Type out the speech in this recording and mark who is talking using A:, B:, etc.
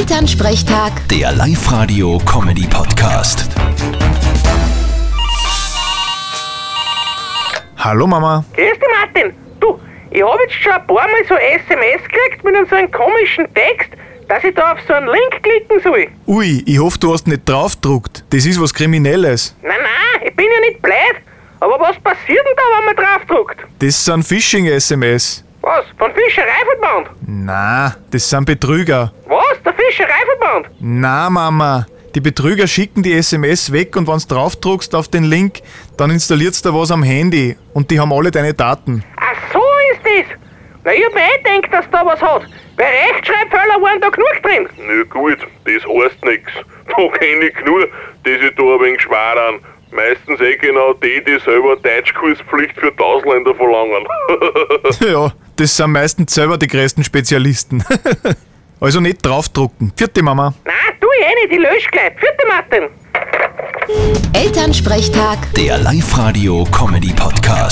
A: Elternsprechtag,
B: Der Live-Radio-Comedy-Podcast.
C: Hallo Mama.
D: Grüß dich, Martin. Du, ich habe jetzt schon ein paar Mal so SMS gekriegt mit so einem komischen Text, dass ich da auf so einen Link klicken soll.
C: Ui, ich hoffe, du hast nicht draufgedruckt. Das ist was Kriminelles.
D: Nein, nein, ich bin ja nicht blöd. Aber was passiert denn da, wenn man draufdruckt?
C: Das sind Phishing-SMS.
D: Was, von Fischereiverband?
C: Na, das sind Betrüger.
D: Was, der Fischereiverband?
C: Na Mama, die Betrüger schicken die SMS weg und wenn du draufdruckst auf den Link, dann installierst du da was am Handy und die haben alle deine Daten.
D: Ach so ist das. Na, ich hab mir eh gedacht, dass da was hat. Bei Rechtschreibfehler waren da genug drin.
E: Na gut, das heißt nix. Da kenn ich nur, die sich da ein wenig schwer an. Meistens eh genau die, die selber Deutschkurspflicht für die Ausländer verlangen.
C: Ja, das sind meistens selber die größten Spezialisten. also nicht draufdrucken. Vierte Mama.
D: Nein, tu ich eh nicht, ich lösch gleich. Vierte Martin.
A: Elternsprechtag.
B: Der Live-Radio-Comedy-Podcast.